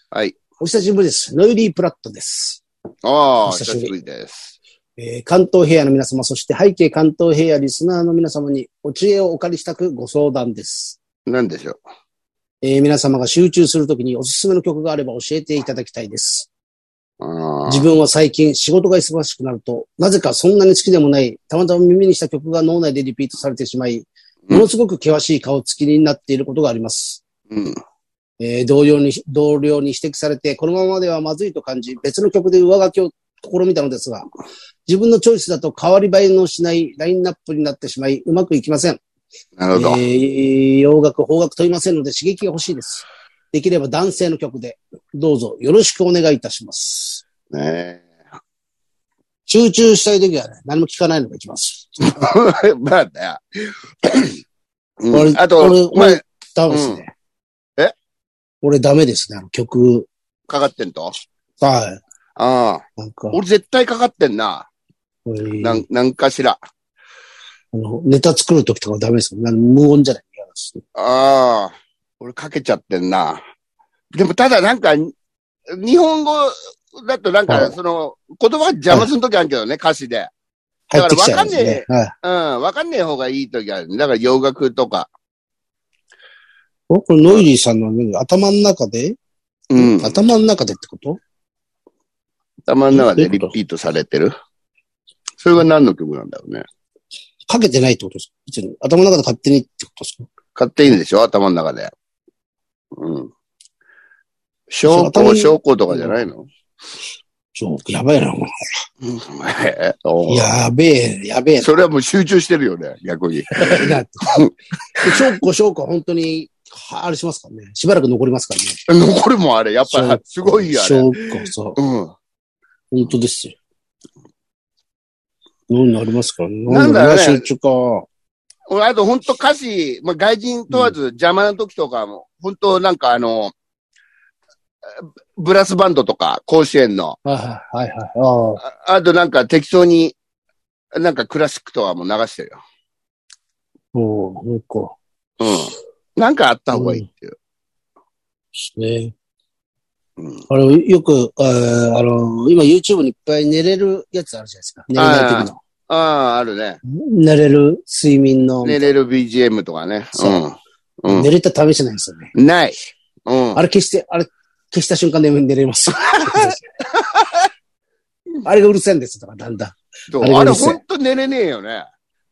Speaker 1: はい。
Speaker 2: お久しぶりです。ノイリー・プラットです。
Speaker 1: ああ、
Speaker 2: お
Speaker 1: 久
Speaker 2: 久し
Speaker 1: し
Speaker 2: ぶ
Speaker 1: ぶりです。
Speaker 2: えー関東平野の皆様、そして背景関東平野リスナーの皆様にお知恵をお借りしたくご相談です。
Speaker 1: なんでしょう。
Speaker 2: えー皆様が集中するときにおすすめの曲があれば教えていただきたいです。
Speaker 1: あ
Speaker 2: 自分は最近仕事が忙しくなると、なぜかそんなに好きでもない、たまたま耳にした曲が脳内でリピートされてしまい、ものすごく険しい顔つきになっていることがあります。
Speaker 1: うん。
Speaker 2: えー同僚に、同僚に指摘されて、このままではまずいと感じ、別の曲で上書きを試みたのですが、自分のチョイスだと変わり映えのしないラインナップになってしまい、うまくいきません。
Speaker 1: なるほど。
Speaker 2: えー洋楽、邦楽問いませんので刺激が欲しいです。できれば男性の曲で、どうぞよろしくお願いいたします。
Speaker 1: ねえ
Speaker 2: 集中したい時はね、何も聞かないのが一番好き。
Speaker 1: まあね。う
Speaker 2: 俺
Speaker 1: ん、あ
Speaker 2: 俺
Speaker 1: と、
Speaker 2: 俺
Speaker 1: お前、
Speaker 2: ダメですね。
Speaker 1: うんえ
Speaker 2: 俺ダメですね、あの曲。
Speaker 1: かかってんと
Speaker 2: は
Speaker 1: ああ。
Speaker 2: い。なんか、
Speaker 1: 俺絶対かかってんな。
Speaker 2: 俺
Speaker 1: なん、なんかしら。
Speaker 2: あのネタ作る時とかはダメですよ。なん無音じゃない。嫌だし。
Speaker 1: ああ、俺かけちゃってんな。でもただなんか、に日本語だとなん
Speaker 2: は
Speaker 1: か、
Speaker 2: い
Speaker 1: その、言葉が邪魔するときあるけどね、歌詞で。
Speaker 2: 入ってきちゃいます
Speaker 1: だ
Speaker 2: ね。はい。
Speaker 1: うん、わかんねえ方がいいときある。だから洋楽とか。
Speaker 2: おこれノイリーさんの、ね、頭の中で、
Speaker 1: うん。
Speaker 2: 頭の中でってこと
Speaker 1: 頭の中で
Speaker 2: どうい
Speaker 1: リ
Speaker 2: うこと
Speaker 1: ピートされてる。それが何の曲なんだろうね。
Speaker 2: かけてないってことですか別に。頭の中で勝手にってことですか
Speaker 1: 買っていいんでしょ頭の中で。うん。証
Speaker 2: 頭
Speaker 1: 拠、
Speaker 2: に
Speaker 1: 証拠とかじゃないの、
Speaker 2: そう、やばいな、もう
Speaker 1: うん、えおう
Speaker 2: やべえ、やべえ
Speaker 1: それはもう集中してるよね、逆に。
Speaker 2: な。でショック、ショックは本当に、はあれしますからね。しばらく残りますからね。
Speaker 1: 残りもあれ、やっ
Speaker 2: ショ
Speaker 1: ぱ
Speaker 2: ック
Speaker 1: すごいよ、あ
Speaker 2: シ
Speaker 1: れ。
Speaker 2: ョック、そう。
Speaker 1: うん。
Speaker 2: 本当ですよ。どうなりますからね。
Speaker 1: なんだろうね
Speaker 2: 集中か。
Speaker 1: 俺、あと本当歌詞、まあ、外人問わず邪魔な時とかも、本当なんかあの、ブブラスバンドとか、甲子園の、
Speaker 2: はいはいはいはい。ああ。
Speaker 1: ああとなんか適当に、なんかクラシックとかも流してるよ。
Speaker 2: おうなんか。
Speaker 1: うん。なんかあった方がいいっていう。
Speaker 2: ね。
Speaker 1: うん。
Speaker 2: あの、よく、えーあの、今 YouTube にいっぱい寝れるやつあるじゃないですか。寝れない時の。
Speaker 1: ああ、あるね。
Speaker 2: 寝れる睡眠の。
Speaker 1: 寝れる BGM とかね。。
Speaker 2: そう
Speaker 1: うん。
Speaker 2: 寝れた試しないんですよね。
Speaker 1: うん、ない。うん。
Speaker 2: あれ消して、あれ消した瞬間で寝 れます。 あれがうるせえんですとか、だんだ
Speaker 1: そう
Speaker 2: あれが
Speaker 1: あ
Speaker 2: う
Speaker 1: れ
Speaker 2: るせえ
Speaker 1: 本当寝れねえよね。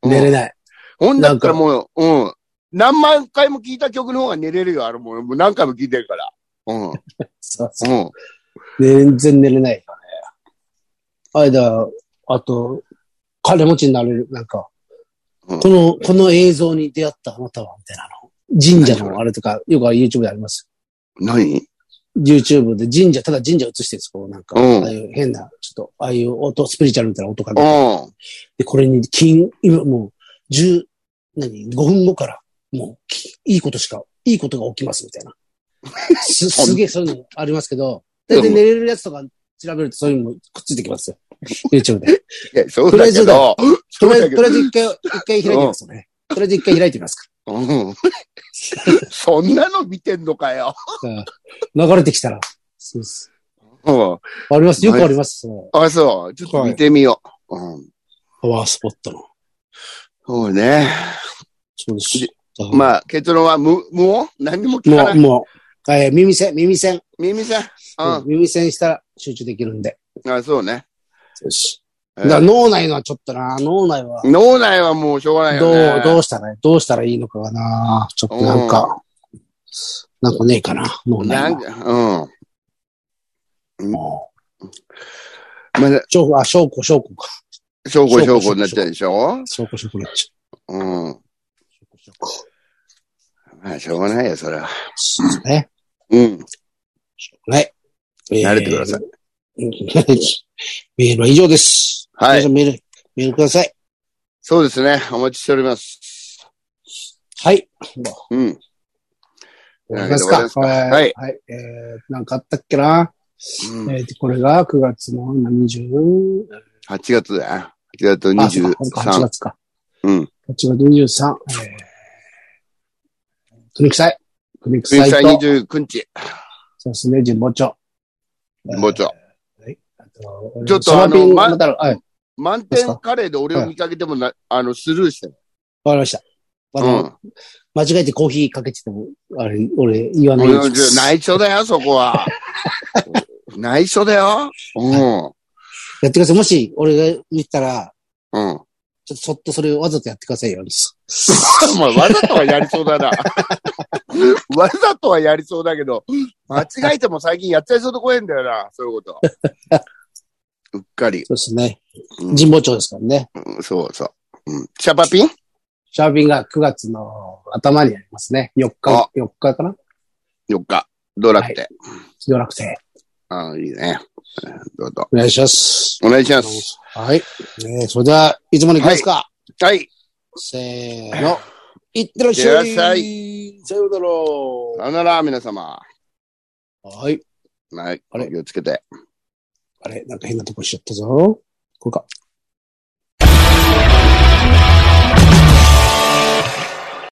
Speaker 2: ん。寝れ
Speaker 1: い。
Speaker 2: ない。
Speaker 1: ほんだったらもう、うん。何万回も聴いた曲の方が寝れるよ、あれもう。もう何回も聴いてるから。うん。
Speaker 2: そうそう
Speaker 1: うん。
Speaker 2: 全然寝れないからね。あれだ、あと、金持ちになれる、なんか、
Speaker 1: うん
Speaker 2: この、この映像に出会ったあなたは、みたいなの。神社のあれとか、よく YouTube であります。
Speaker 1: 何
Speaker 2: YouTube で神社、ただ神社映してるんですこうなんか、
Speaker 1: うん
Speaker 2: ああいう変な、ちょっと、ああいう音、スピリチュアルみたいな音かけ
Speaker 1: う
Speaker 2: て
Speaker 1: ん。
Speaker 2: で、これに金、今もう、十、何、5分後から、もうき、いいことしか、いいことが起きます、みたい な。す、すげえ、そういうのありますけ ど、大体寝れるやつとか調べるとそういうのもくっついてき ますよ。YouTube で。
Speaker 1: いや、そうだけど。
Speaker 2: と
Speaker 1: そ
Speaker 2: りあえ
Speaker 1: うだ
Speaker 2: ず、と
Speaker 1: け
Speaker 2: り
Speaker 1: ど
Speaker 2: あえ。ず一回、一回開いてみますよね。とりあえず一回開いてみますか
Speaker 1: うん。 そんなの見てんのかよ。
Speaker 2: ら。流れてきたら。そうです。
Speaker 1: うん。
Speaker 2: あります。よくあります。その
Speaker 1: あ、そう。ちょっと見てみよう。うん。
Speaker 2: パワースポットの。
Speaker 1: そうね。
Speaker 2: そうです
Speaker 1: で。
Speaker 2: あ、
Speaker 1: まあ、結論は無、無音何も聞か
Speaker 2: も
Speaker 1: な
Speaker 2: う、
Speaker 1: い。
Speaker 2: もう、えー耳栓、耳栓。
Speaker 1: 耳栓。
Speaker 2: うん耳栓したら集中できるんで。
Speaker 1: うん。あ、そうね。
Speaker 2: そうです。
Speaker 1: え
Speaker 2: だ
Speaker 1: ー
Speaker 2: から脳内のはちょっとな、脳内は。
Speaker 1: 脳内はもうしょうがない
Speaker 2: ど
Speaker 1: よね。
Speaker 2: う、どうしたら、どうしたらいいのかがな。ちょっとなんか、なんかねえかな、脳
Speaker 1: な
Speaker 2: 内
Speaker 1: ん
Speaker 2: は。
Speaker 1: か、うん。
Speaker 2: も
Speaker 1: まだ
Speaker 2: う、証拠、あ、証拠、証拠か。
Speaker 1: 証拠証拠になっちゃうでしょ
Speaker 2: 証拠、証拠になっち
Speaker 1: うん。
Speaker 2: ゃう。証拠、証
Speaker 1: まあ、しょうがないよ、それは。
Speaker 2: 拠。そうですね。
Speaker 1: うん。
Speaker 2: はい。
Speaker 1: 慣れてください
Speaker 2: い。 メールは以上です。
Speaker 1: はい
Speaker 2: 皆さんメール、メールください。
Speaker 1: そうですね。お待ちしております。
Speaker 2: はい。
Speaker 1: うん。
Speaker 2: 終わりますか
Speaker 1: 終わりますか
Speaker 2: は
Speaker 1: はいい。
Speaker 2: はい。えー、なんかあったっけな、
Speaker 1: うん
Speaker 2: えーと、これが9月の今20、
Speaker 1: 8月だよ。8月
Speaker 2: あ、そうか、8
Speaker 1: 23。
Speaker 2: 月か。
Speaker 1: うん。
Speaker 2: 8月23。えー、クリクサイ。クリクサ
Speaker 1: 水
Speaker 2: イと
Speaker 1: 彩、29日。
Speaker 2: そうですね、神保町。
Speaker 1: もうちょ。
Speaker 2: あと
Speaker 1: ちょっと
Speaker 2: ソラピン
Speaker 1: あのま
Speaker 2: また、はい、わ
Speaker 1: 満点カレーで俺を見かけてもな、あの、スルーしてる。
Speaker 2: かりました。あ
Speaker 1: う
Speaker 2: の、
Speaker 1: ん。
Speaker 2: 間違えてコーヒーかけてても、あれ、俺、言わないよう
Speaker 1: 俺
Speaker 2: にします
Speaker 1: 内緒だよ、そこ は。内緒だよ。う
Speaker 2: やってください。もし、俺が見たら、
Speaker 1: ん。うん。
Speaker 2: ちょっとそっとそれをわざとやってくださいよ。
Speaker 1: お前、わざとはやりそうだ な。わざとはやりそうだけど、間違えても最近やっちゃいそうで怖いんだよな、そういう こと。うっかり。
Speaker 2: そうですね。
Speaker 1: うん
Speaker 2: 神保町ですからね。
Speaker 1: うんそうそう。うん、シャバピン
Speaker 2: シャーピンが9月の頭にありますね。4日
Speaker 1: あ、
Speaker 2: 4日かな
Speaker 1: ?4 日。ドラクテ。
Speaker 2: よ楽天。
Speaker 1: ああ、いいね。うんどうぞ。
Speaker 2: お願いします。
Speaker 1: お願いします。
Speaker 2: はい。えー、それでは、いつもに行きますか。
Speaker 1: はい。
Speaker 2: せーの。いってらっしゃい。
Speaker 1: いってらっしゃ
Speaker 2: さようなら。
Speaker 1: さよなら、皆様。
Speaker 2: はい。
Speaker 1: はい。
Speaker 2: あれ
Speaker 1: 気をつけて。
Speaker 2: あれ、なんか変なとこしちゃったぞ。これか。